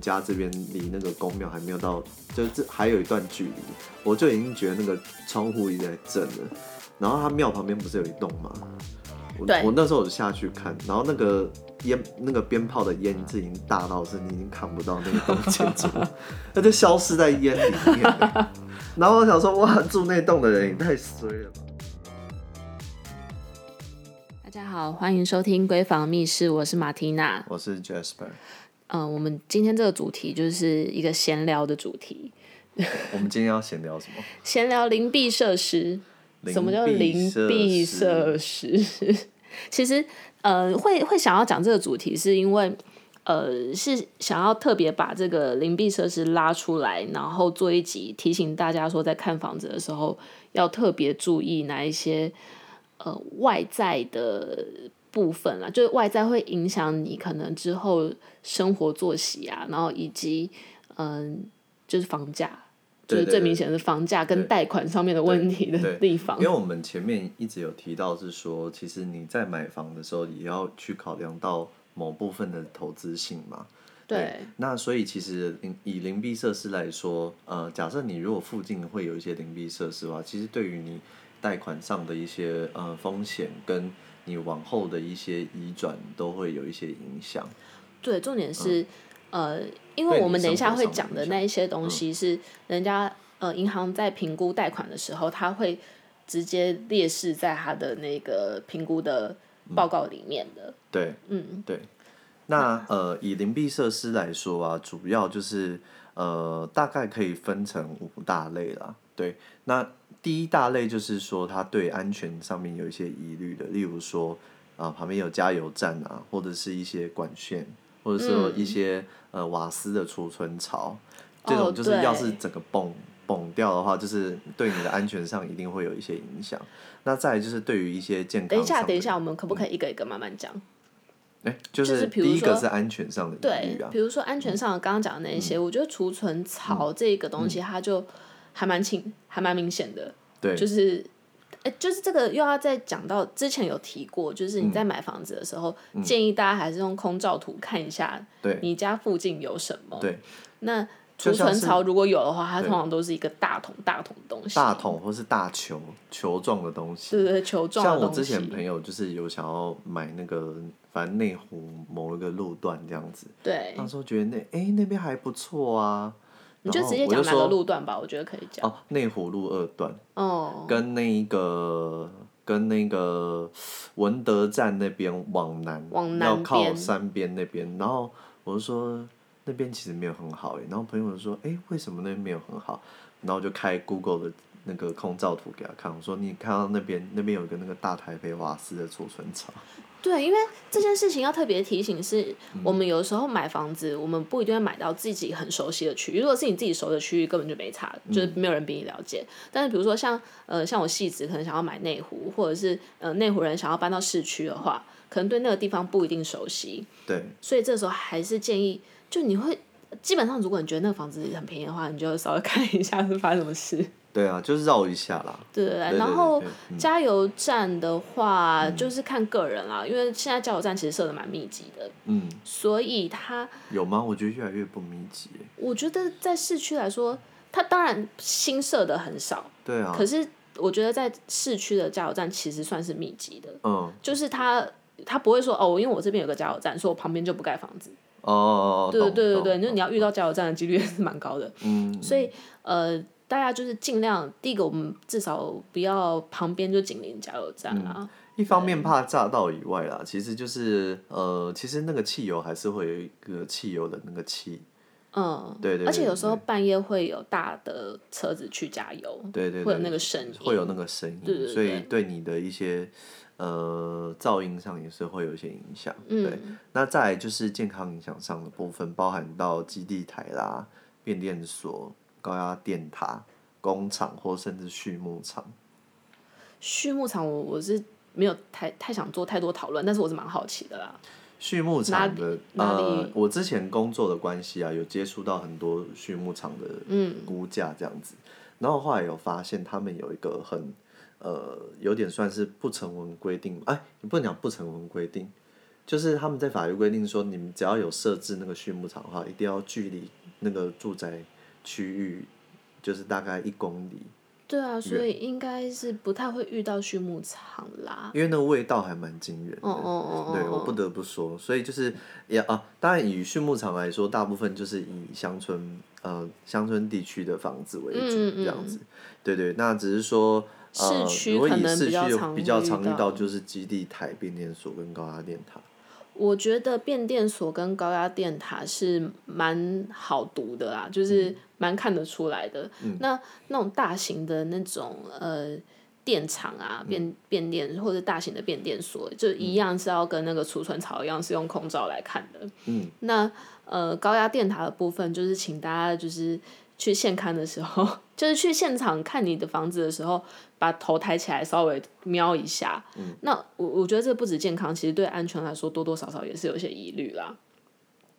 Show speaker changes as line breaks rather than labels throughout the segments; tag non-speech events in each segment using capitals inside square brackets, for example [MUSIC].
家这边离那个公庙还没有到，就是这还有一段距离，我就已经觉得那个窗户一直在震了。然后它庙旁边不是有一栋吗？我
对
我那时候我就下去看，然后那个烟那个鞭炮的烟是已经大到是你已经看不到那个栋建筑了， [LAUGHS] 它就消失在烟里面了。 [LAUGHS] 然后我想说，哇，住那栋的人也太衰了吧！
大家好，欢迎收听《闺房密室》，我是马缇娜。
我是 Jasper，
嗯、我们今天这个主题就是一个闲聊的主题，
我们今天要闲聊什么？
闲聊灵璧设施。
灵
什么叫灵璧
璧设
设
施？
施？其实，呃，会会想要讲这个主题，是因为，呃，是想要特别把这个灵璧设施拉出来，然后做一集提醒大家说，在看房子的时候要特别注意哪一些呃外在的部分啦，就是外在会影响你可能之后生活作息啊，然后以及嗯、就是房价。就是
对对
最
对
明显的是房价跟
对
贷款上面的问题的
对
地方
因为。我们前面一直有提到，是说其实你在买房的时候，也要去考量到某部分的投资性嘛。
对，
那所以其实零以零币设施来说，呃，假设你如果附近会有一些零币设施的话，其实对于你贷款上的一些呃风险，跟你往后的一些移转都会有一些影响。
对，重点是，呃，因
嗯对
为
你
我们等一下会讲
生活上的嗯
的
影响
那一些东西是人家呃银行在评估贷款的时候，他会直接列示在他的那个评估的
嗯
报告里面的。
对，
嗯，
对，那呃，以灵璧设施来说啊，主要就是呃，大概可以分成五大类啦。对，那第一大类就是说，它对安全上面有一些疑虑的，例如说啊、旁边有加油站啊，或者是一些管线，或者是
嗯
有一些、呃瓦斯的储存槽，这
哦
种就是要
对
是整个崩崩掉的话，就是对你的安全上一定会有一些影响。那再来就是对于一些健康，
等一下，等一下，，我们可不
嗯
可以一个一个慢慢讲？
哎、就
就是
是
比如
第一个
说
是安全上的疑
对
虑啊，，嗯
比如说安全上的刚刚讲的那一些，我觉得储存槽这个东西，它就还蛮清，还蛮明显的。
对，
就是，哎、就是这个又要再讲到之前有提过，就是你在
嗯
买房子的时候，建议大家还是用空照图看一下
对
你家附近有什么。
对，
那储
就像
存
是
槽如果有的话，它
对
通常都是一个大桶大桶的东西，
大桶或是大球球状的东西。
对对对，球状
像
的
我
东
之
西。
前朋友就是有想要买那个，反正内湖某一个路段这样子，
对，
那时候觉得那哎、那边还不错啊，
你
然
就
后
直接
我
讲
就
哪个
说
路段吧，我觉得可以讲。
哦，内湖路二段
哦，
跟那一个跟那个文德站那边往南，
往
要
南
靠
边
山边那边，然后我就说那边其实没有很好哎，然后朋友就说哎、为什么那边没有很好？然后就开 Google 的那个空照图给他看，我说你看到那边那边有一个那个大台北瓦斯的储存槽，
对，因为这件事情要特别提醒是，我们有时候买房子，我们不一定会买到自己很熟悉的区域。如果是你自己熟的区域，根本就没差，就是没有人比你了解。但是比如说像呃，像我戏子可能想要买内湖，或者是呃内湖人想要搬到市区的话，可能对那个地方不一定熟悉，
对
所以这时候还是建议，就你会基本上如果你觉得那个房子很便宜的话，你就稍微 [LAUGHS] 看一下是发生什么事。
对啊，就是绕一下啦，
对对对，
对
然
对
后
对嗯
加油站的话，就是看个人啦，因为现在加油站其实设的蛮密集的，
嗯，
所以它
有吗？我觉得越来越不密集欸，
我觉得在市区来说，它当然新设的很少，
对啊，
可是我觉得在市区的加油站其实算是密集的，
嗯，
就是它它不会说哦，因为我这边有个加油站，所以我旁边就不盖房子。
哦哦哦，
对对
懂
对对
懂
对，就是你
懂
要遇到加油站的几率也是蛮高的，
嗯，
所以呃。大家就是尽量，第一个我们至少不要旁边就紧邻加油站啊啦、
一方面怕炸到以外啦，其实就是呃，其实那个汽油还是会有一个汽油的那个气，
嗯，
对对对
而且有时候半夜会有大的车子去加油，
对对
会有
对
那个声音，
会有那个声音，
对对对
所以对你的一些呃噪音上也是会有一些影响。对，
嗯，
那再来就是健康影响上的部分，包含到基地台啦、变电所、高压电塔、工厂或甚至畜牧场。
畜牧场我我是没有太太想做太多讨论，但是我是蛮好奇的啦。
畜牧场的
哪里哪
呃
里，
我之前工作的关系啊，有接触到很多畜牧场的
嗯
估价这样子，然后后来有发现他们有一个很呃，有点算是不成文规定，哎，你不能讲不成文规定，就是他们在法律规定说，你们只要有设置那个畜牧场的话，一定要距离那个住宅区域就是大概一公里，
对啊，所以应该是不太会遇到畜牧场啦。
因为那个味道还蛮惊人的。
哦哦哦
对，我
哦
不得不说，所以就是也啊，当然以畜牧场来说，大部分就是以乡村呃乡村地区的房子为
嗯嗯
主，这样子。对对，那只是说呃
市，区
如果
可
以
能
市
比
区
较
有
常
比较
遇
常遇
到
到就是基地台、变电所跟高压电塔。
我觉得变电所跟高压电塔是蛮好读的啦，就是蛮看得出来的。那那种大型的那种呃电厂啊，
嗯
变变电或者大型的变电所，就一样是要跟那个储存槽一样，是用空照来看的。
嗯，
那呃高压电塔的部分，就是请大家就是去现勘的时候， [LAUGHS] 就是去现场看你的房子的时候，把头抬起来稍微瞄一下。
嗯
那我我觉得这不止健康，其实对安全来说多多少少也是有一些疑虑啦。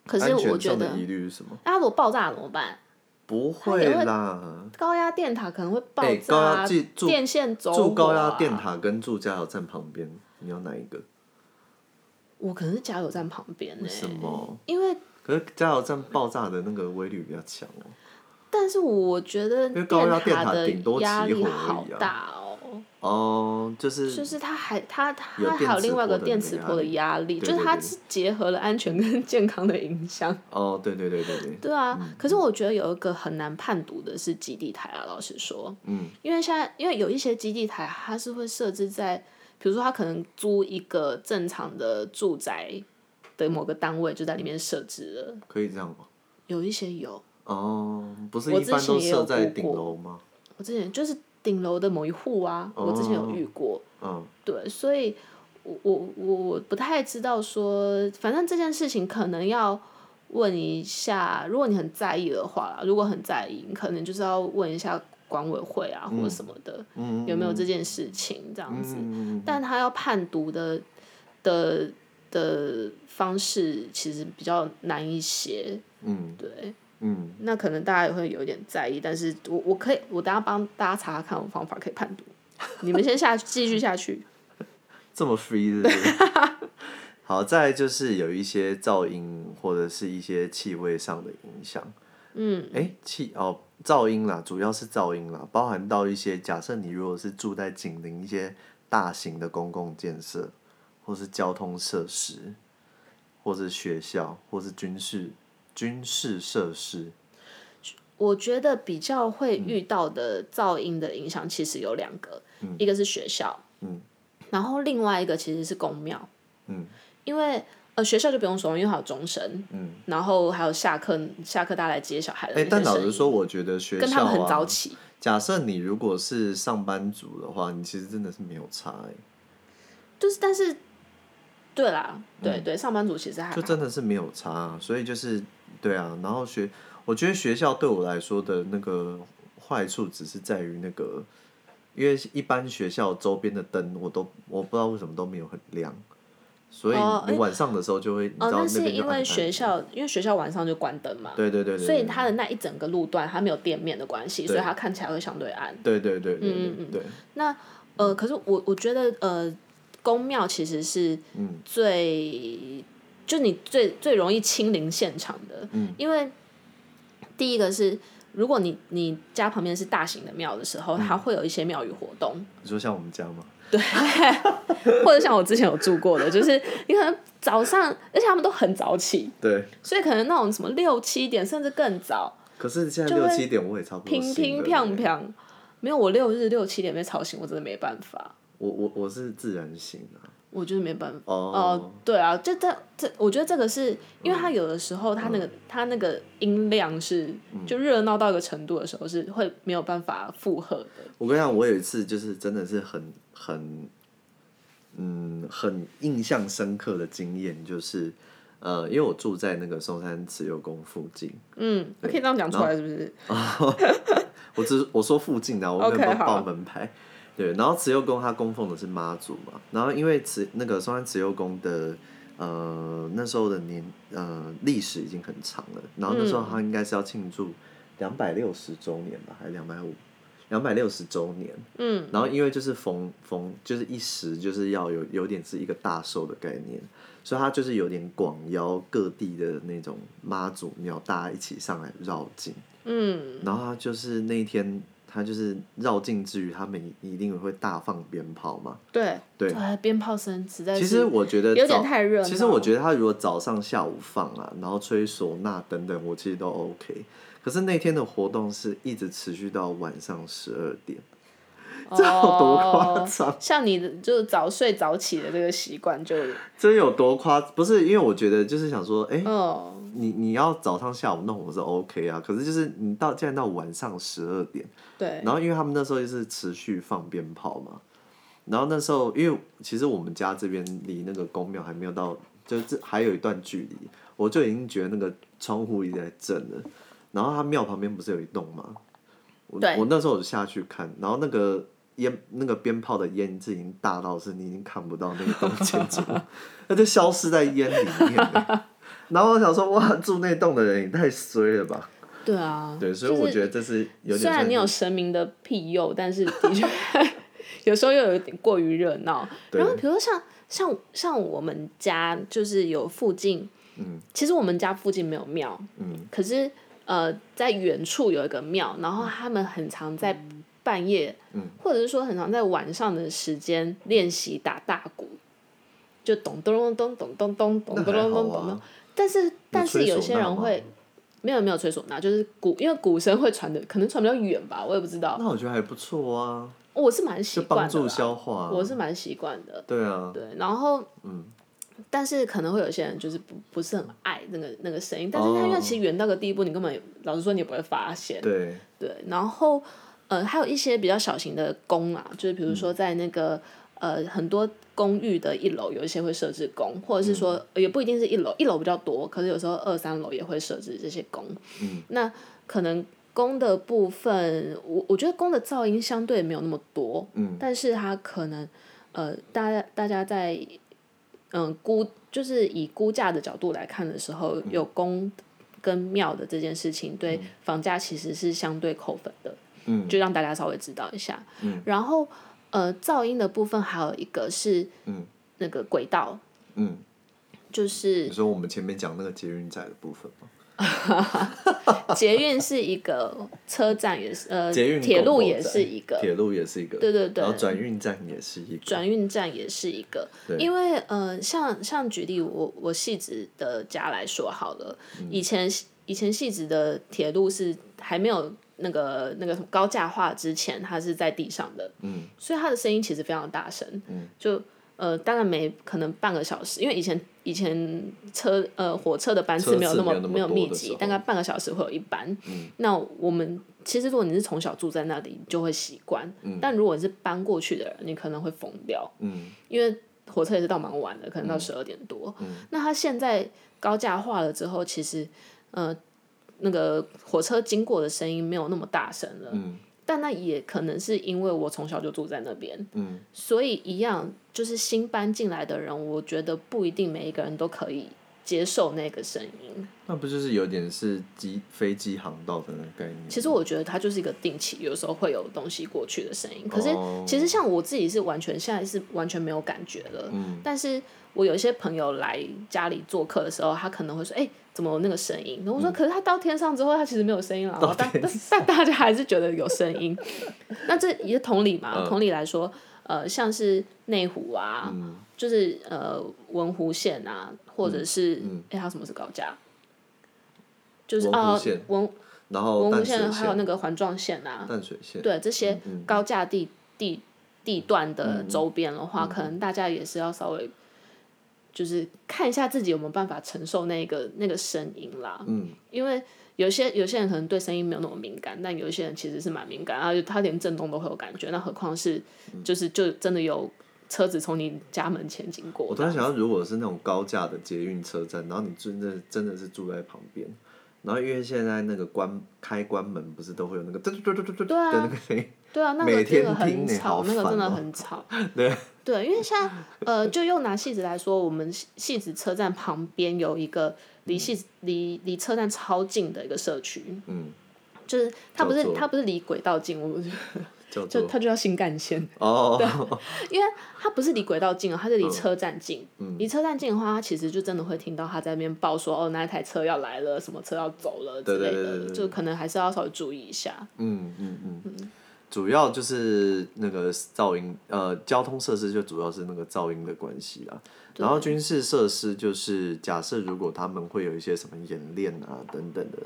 可是
安
我
全
觉
上
得
的，疑虑是什么？
那、如果爆炸怎么办？
不
也
会
会
啦，
高压电塔可能会爆
哎
炸、
高
啊
压记住
电线走、啊、
住高压电。塔跟住加油站旁边，你要哪一个？
我可能是加油站旁边呢、
什么？
因为
可是加油站爆炸的那个威力比较强哦、
但是我觉得
为高压电塔
的
顶多
压
起
力
火而
好
已啊
大哦、
哦，就是
就是它还它
有
它
电
还有
磁
另外一
波
个
的
电
那
磁
个
波的
压
压力，
对
就是
对
它
对
是结合了安全跟 [LAUGHS] 健康的影响。
哦，对对对对对，
对啊，可是我觉得有一个很难判读的是基地台啊，老实说，
嗯，
因为现在因为有一些基地台它是会设置在，比如说它可能租一个正常的住宅的某个单位就在里面设置了，
可以这样吗？
有一些有，
哦，不是
我
一
之
般
前
都
也有
设在
估
顶
过
楼吗？
我之前就是顶楼的某一户啊，我之前有遇过，
嗯，
对，所以我我我我不太知道说，反正这件事情可能要问一下，如果你很在意的话啦，如果很在意，你可能就是要问一下管委会啊或者什么的，
嗯
有没有这件事情这样子。
嗯，
但他要判读的的的方式其实比较难一些，
嗯
对，
嗯，
那可能大家也会有一点在意，但是我我可以，我等下帮大家查查看我方法可以判读，你们先下 [LAUGHS] 去继续下去。
这么 free 是不是 [LAUGHS] 好，再来就是有一些噪音或者是一些气味上的影响。
嗯，
哎，气哦，噪音啦，主要是噪音啦，包含到一些假设你如果是住在紧邻一些大型的公共建设，或是交通设施，或是学校，或是军事军事设施。
我觉得比较会
嗯
遇到的噪音的影响其实有两个，一个是学校，
嗯
然后另外一个其实是公庙，
嗯
因为呃学校就不用说，因为还有钟声，
嗯，
然后还有下课下课大家来接小孩的那
哎，
呃些
但老
声
实
音
说，我觉得学校、啊、
跟他们很早起，
假设你如果是上班族的话，你其实真的是没有差、欸，
就是但是对啦，对对，上班族其实还
嗯就真的是没有差、啊。所以就是对啊，然后学，我觉得学校对我来说的那个坏处只是在于那个，因为一般学校周边的灯我都我不知道为什么都没有很亮，所以
哦
你晚上的时候就会、你
哦，
知道
那
那
是
边就
因
暗
为
暗
学
的。
校因为学校晚上就关灯嘛，
对对对对，
所以
对
它的那一整个路段它没有店面的关系，所以它看起来会相对暗。
对对对
嗯
对对对，
那呃，可是我我觉得呃，宫庙其实是
嗯
最、就你最最容易亲临现场的，
嗯
因为第一个是。如果你你家旁边是大型的庙的时候，
嗯
它会有一些庙宇活动， [LAUGHS]
你说像我们家吗？
或者像我之前有住过的，就是你可能早上，而且他们都很早起，
对，
所以可能那种什么六七点甚至更早，
可是现在
就会
六七点我也差不多
乒
醒
乒
了
乓
欸
乓。没有，我六日六七点被吵醒，我真的没办法，
我我我是自然醒的、
我就是没办法。哦
哦，，嗯
对啊，这这这，我觉得这个是因为他有的时候他那个、他那个音量是
嗯
就热闹到一个程度的时候是会没有办法负荷的。
我跟你讲，我有一次就是真的是很很，嗯，很印象深刻的经验，就是呃，因为我住在那个松山慈幼宫附近，
嗯，可以这样讲出来是不是？
我只我说附近的啊，我
OK，
没有
好
报门牌。对，然后慈幼宫它供奉的是妈祖嘛，然后因为慈那个松山慈幼宫的呃那时候的年呃历史已经
嗯
很长了，然后那时候它应该是要庆祝两百六十周年吧，还是两百五两百六十周年，嗯，然后因为就是逢逢就是一时就是要有有点是一个大寿的概念，所以它就是有点广邀各地的那种妈祖庙，大家一起上来绕境，嗯，然后它就是那一天。它就是绕境之余，他们一定会大放鞭炮嘛。
对
对
哎鞭炮声实在是
其实我觉得
有点
早
太热闹
其实我觉得他如果早上、下午放啊，然后吹唢呐等等，我其实都 OK。可是那天的活动是一直持续到晚上十二点， [LAUGHS] 这有多夸张
哦像你的就是早睡早起的这个习惯就，
这有多夸？不是因为我觉得就是想说，哎、
哦，
你你要早上、下午弄我是 OK 啊，可是就是你到竟然到晚上十二点，
对，
然后因为他们那时候就是持续放鞭炮嘛，然后那时候因为其实我们家这边离那个公庙还没有到，就是这还有一段距离，我就已经觉得那个窗户一直在震了。然后它庙旁边不是有一栋吗？我
对
我那时候我就下去看，然后那个烟那个鞭炮的烟是已经大到是你已经看不到那个栋建筑 [LAUGHS] 物，它就消失在烟里面了。然后我想说，哇，住那栋的人也太衰了吧？
对啊，
对，所以我觉得这是有点
就是虽
算
然你有神明的庇佑，但是的确 [LAUGHS] 有时候又有点过于热闹。
对
然后比如说像像像我们家就是有附近，
嗯，
其实我们家附近没有庙，
嗯，
可是呃在远处有一个庙，然后他们很常在半夜，
嗯，
或者是说很常在晚上的时间练习打大鼓。就咚咚咚咚咚咚咚咚
那
咚
还
咚
好
咚
啊
咚，。但是但是
吹
有
唢
些
呐
人
吗
会没有没有吹唢呐，就是鼓，因为鼓声会传的，可能传比较远吧，我也不知道。
那我觉得还不错啊，
我是蛮习
就
惯
帮
的
助
啦，
消化、啊。
我是蛮习惯的。
对啊，
对，然后
嗯，
但是可能会有些人就是不不是很爱那个那个声音，但是他因为
哦
其实远到个地步，你根本老实说你也不会发现。
对，
对，然后呃，还有一些比较小型的宫啊，就是比如说在那个、呃很多公寓的一楼，有一些会设置宫，或者是说、
嗯
呃也不一定是一楼，一楼比较多，可是有时候二三楼也会设置这些宫。
嗯，
那可能宫的部分，我我觉得宫的噪音相对没有那么多，
嗯，
但是它可能呃，大家大家在嗯估就是以估价的角度来看的时候，有宫跟庙的这件事情，对房价其实是相对扣分的，
嗯，
就让大家稍微知道一下，
嗯，
然后呃，噪音的部分还有一个是
嗯
那个轨道，
嗯，
就是
你说我们前面讲那个捷运站的部分吗？
[LAUGHS] 捷运是一个车站，也是呃，
捷运
铁
共
路
构
也
站
是一个，
铁路也是一个，
对对对
然后转运站也是一个，
转运站也是一个，因为呃，像像举例我我戏子的家来说好了，
嗯
以前以前戏子的铁路是还没有那个那个什么高架化之前，它是在地上的，
嗯，
所以它的声音其实非常大声，嗯，就呃，当然每可能半个小时，因为以前以前车呃火车的班次没有那么
车次没有那么多
有
的
密集
时，候
大概半个小时会有一班，嗯，那我们。其实，如果你是从小住在那里，你就会习惯。嗯、但如果你是搬过去的人，你可能会疯掉。
嗯
因为火车也是到蛮晚的，可能到十二点多。那它现在高架化了之后，其实呃，那个火车经过的声音没有那么大声了。
嗯
但那也可能是因为我从小就住在那边，
嗯
所以一样就是新搬进来的人，我觉得不一定每一个人都可以接受那个声音。
那不就是有点是机飞机航道的那个概念吗？
其实我觉得它就是一个定期，有时候会有东西过去的声音。可是
哦
其实像我自己是完全现在是完全没有感觉了。
嗯
但是我有一些朋友来家里做客的时候，他可能会说：“哎、怎么有那个声音？”然后我说：“可是他到天上之后，他其实没有声音
嗯
了。”哦
到
但
天
但但大家还是觉得有声音。 [LAUGHS] 那这也同理嘛，
嗯
同理来说，呃，像是内湖啊，就是呃文湖线啊，或者是哎、
嗯嗯
还有什么是高架？就是
文湖
啊
线
文
然后
文湖
淡
线
水
还有那
哦线，
个环状线啊，
淡水线，
对这些
嗯嗯嗯
高架地地地段的周边的话，可能大家也是要稍微就是看一下自己有没有办法承受那个那个声音啦。
嗯，
因为有些有些人可能对声音没有那么敏感，但有一些人其实是蛮敏感，然后他连震动都会有感觉，那何况是
嗯
就是就真的有车子从你家门前经过
我突然想到，如果是那种高架的捷运车站，然后你真的真的是住在旁边，然后因为现在那个关开关门不是都会有那个嘟嘟嘟嘟嘟嘟
对啊
的那个声音，
对啊，那个
每
这
天
个很
听你
吵
好，
那个真
烦
的
哦
很吵。
[LAUGHS] 对
对，因为像呃，就又拿戏子来说，我们戏戏子车站旁边有一个离戏子离离车站超近的一个社区，
嗯，
就是它不
叫
是
做
它不是离轨道近，我
叫
就
做
它就叫新干线，
哦，
因为它不是离轨道近哦，它是
嗯
离车站近。离、车站近的话，它其实就真的会听到他在那边报说哦，那一台车要来了，什么车要走了之
对
类的，
对对对对
就可能还是要稍微注意一下。
嗯嗯嗯，主要就是那个噪音，呃，交通设施就主要是那个噪音的关系啦。然后军事设施就是假设如果他们会有一些什么演练啊等等的，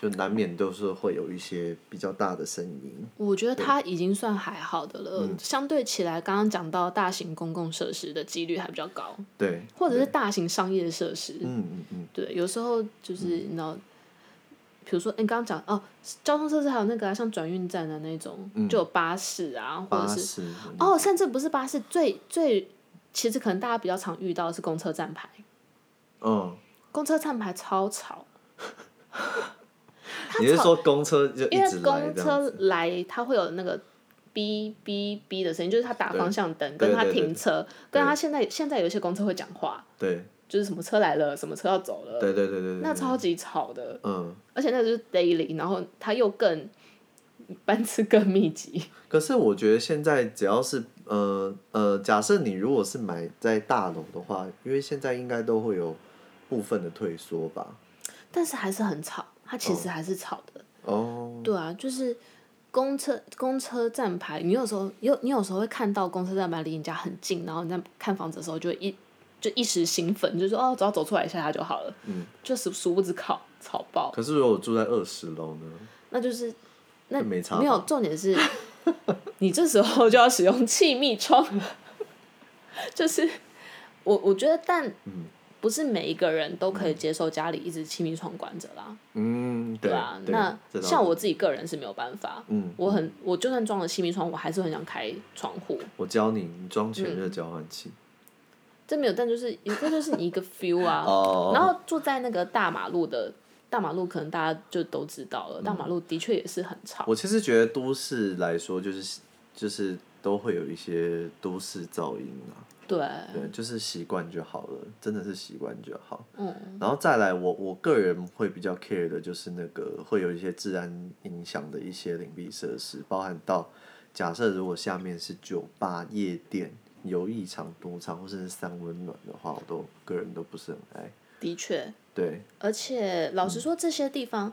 就难免都是会有一些比较大的声音。
我觉得它已经算还好的了，
嗯
相对起来，刚刚讲到大型公共设施的几率还比较高，
对，
或者是
对
大型商业设施，
嗯嗯嗯，
对，有时候就是你知道，比如说，哎、你刚刚讲哦，交通设施还有那个、啊、像转运站的那种，就有巴士啊，或
嗯巴
者是
士
哦，甚至不是巴士，最最其实可能大家比较常遇到的是公车站牌，
嗯，
公车站牌超吵，
你是说公车就一
因为
直来
公
这样
车
子？
来它会有那个。哔哔哔的声音，就是它打方向灯，
对
跟它
对对
停车，跟它现在现在有一些公车会讲话，
对
就是什么车来了，什么车要走了，
对对对对对，
那
对
超级吵的。
嗯。
而且那个就是 daily，然后它又更嗯班次更密集。
可是我觉得现在只要是呃呃，假设你如果是买在大楼的话，因为现在应该都会有部分的退缩吧。
但是还是很吵，它其实还是吵的。
哦，
对啊，就是公车公车站牌，你有时候有你有时候会看到公车站牌离你家很近，然后你在看房子的时候就会一就一时兴奋，就说哦，只要走出来一下下就好了。嗯，就是殊不知吵吵爆，
可是如果我住在二十楼呢？
那就是那
就没差吧
有重点是，你这时候就要使用气密窗，就是我我觉得，但
嗯
不是每一个人都可以接受家里一直气密窗关着啦，
嗯，对
对吧？
对
那
这倒
像
是
我自己个人是没有办法，
嗯，
我很我就算装了气密窗，我还是很想开窗户。
我教你，你装
嗯
全热交换器。
这没有，但就是这就是你一个 feel 啊。
哦
然后住在那个大马路的大马路，可能大家就都知道了，大马路的确也是很吵。
嗯我其实觉得都市来说，就是就是都会有一些都市噪音啊。
对，
对，就是习惯就好了，真的是习惯就好。
嗯，
然后再来我，我个人会比较 care 的就是那个会有一些治安影响的一些灵璧设施，包含到假设如果下面是酒吧、夜店、游艺场、赌场或甚至三温暖的话，我都个人都不是很爱。
的确。
对，
而且老实说，这些地方，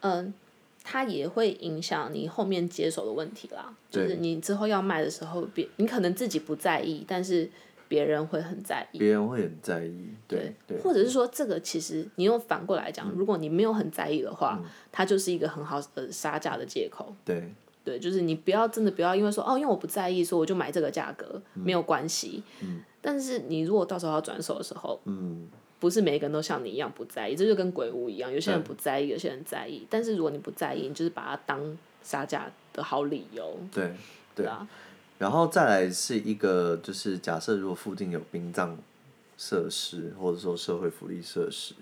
嗯、它也会影响你后面接手的问题啦。就
对
是你之后要卖的时候，别你可能自己不在意，但是别人会很在意。
别人会很在意。对对，嗯
或者是说，这个其实你用反过来讲，如果你没有很在意的话，它就是一个很好的杀价的借口。
对
对，就是你不要真的不要因为说哦，因为我不在意，所以我就买这个价格，
嗯
没有关系。但是你如果到时候要转手的时候，
嗯，
不是每个人都像你一样不在意，这就跟鬼屋一样，有些人不在意，有些人在意。但是如果你不在意，你就是把它当杀价的好理由，
对对。
啊，
然后再来是一个，就是假设如果附近有殡葬设施，或者说社会福利设施，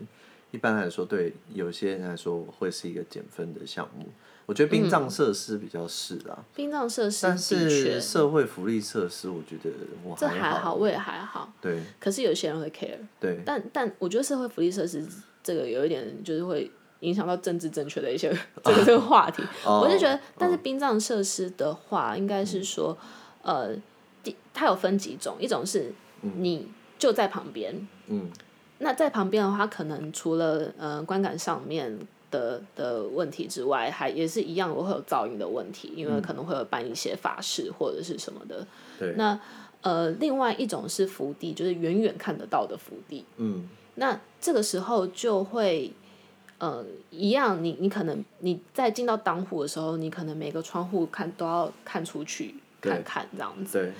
一般来说对有些人来说会是一个减分的项目。我觉得殡葬设施比较是啦，
殡葬嗯哦设施
但
的确
是社会福利设施，我觉得我
这
还
还好，我也还好。
对
可是有些人会 care，
对
但但我觉得社会福利设施这个有一点就是会影响到政治正确的一些 [LAUGHS] 这个这个话题。
哦嗯
我是觉得，但是殡葬设施的话，应该是说，呃，第它有分几种，一种是你就在旁边，
嗯，
那在旁边的话，可能除了呃观感上面的的问题之外，还也是一样，我会有噪音的问题，因为可能会有办一些法事或者是什么的。
嗯对
那呃，另外一种是福地，就是远远看得到的福地。
嗯
那这个时候就会，呃，一样你，你可能你在进到当户的时候，你可能每个窗户看都要看出去
对
看看这样子。
对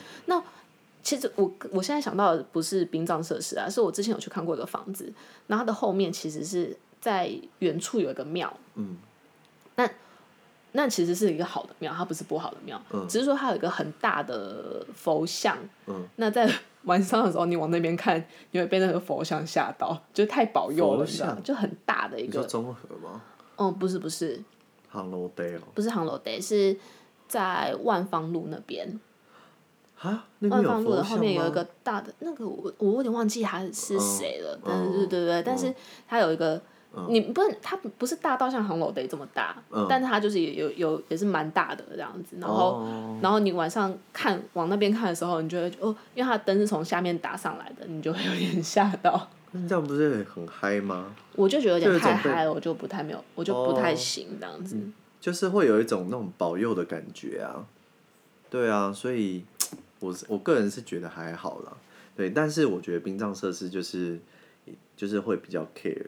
其实我我现在想到的不是殡葬设施啊，是我之前有去看过一个房子，然后它的后面其实是在远处有一个庙，
嗯，
那那其实是一个好的庙，它不是不好的庙，只是说它有一个很大的佛像，
嗯，
那在 [LAUGHS] 晚上的时候你往那边看，你会被那个佛像吓到，就太保佑了，
佛
你知道吗
像
就很大的一
你说
个，
综合吗
哦，不是不是
？Hello Day 哦，
不是航楼 day，是在万方路那边，
哈，那边
万
有
方路哦
佛
的后
像
面有一
吗？
个大的那个我我有点忘记他是谁了，
嗯
但是对对对，但是他有一个你不能，它不是大到像航楼得这么大，
嗯
但它就是也有有也是蛮大的这样子。然后、
哦
然后你晚上看往那边看的时候，你就会觉得哦，因为它的灯是从下面打上来的，你就会有点 [LAUGHS] 吓到。
那这样不是很嗨吗？
我就觉得有
就
点
有一种
太
被
嗨了，我就不太没有，我就不
哦
太行这样子。
嗯就是会有一种那种保佑的感觉啊。对啊，所以我是我个人是觉得还好啦。对，但是我觉得殡葬设施就是就是会比较 care。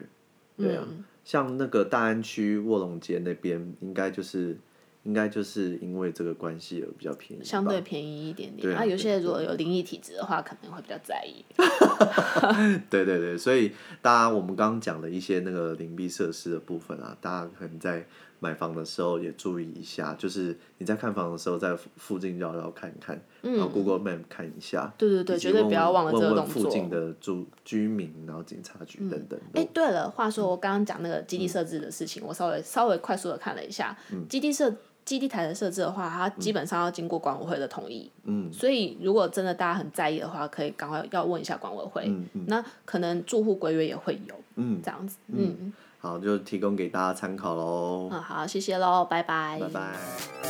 对
嗯
啊，像那个大安区卧龙街那边，应该就是应该就是因为这个关系而比较便宜吧。
相对便宜一点点，
对啊
啊，有些
对
如果有灵异体质的话，可能会比较在意。
对对对，所以大家我们刚刚讲了一些那个灵璧设施的部分啊，大家可能在买房的时候也注意一下，就是你在看房的时候，在附附近绕绕看看，然后 Google Map 看一下，
嗯对对对，
以及
绝对
问
不要
问
忘了这个
问
动
问
作。
附近的住居民，然后警察局等等的。
哎、对了，话说我刚刚讲那个基地设置的事情，我稍微稍微快速的看了一下，基地设基地台的设置的话，它基本上要经过管委会的同意，嗯，所以如果真的大家很在意的话，可以赶快要问一下管委会，
嗯
那可能住户规约也会有，嗯，这样子，嗯，哦
好，就提供给大家参考喽，
嗯，好，谢谢喽，拜拜，
拜拜。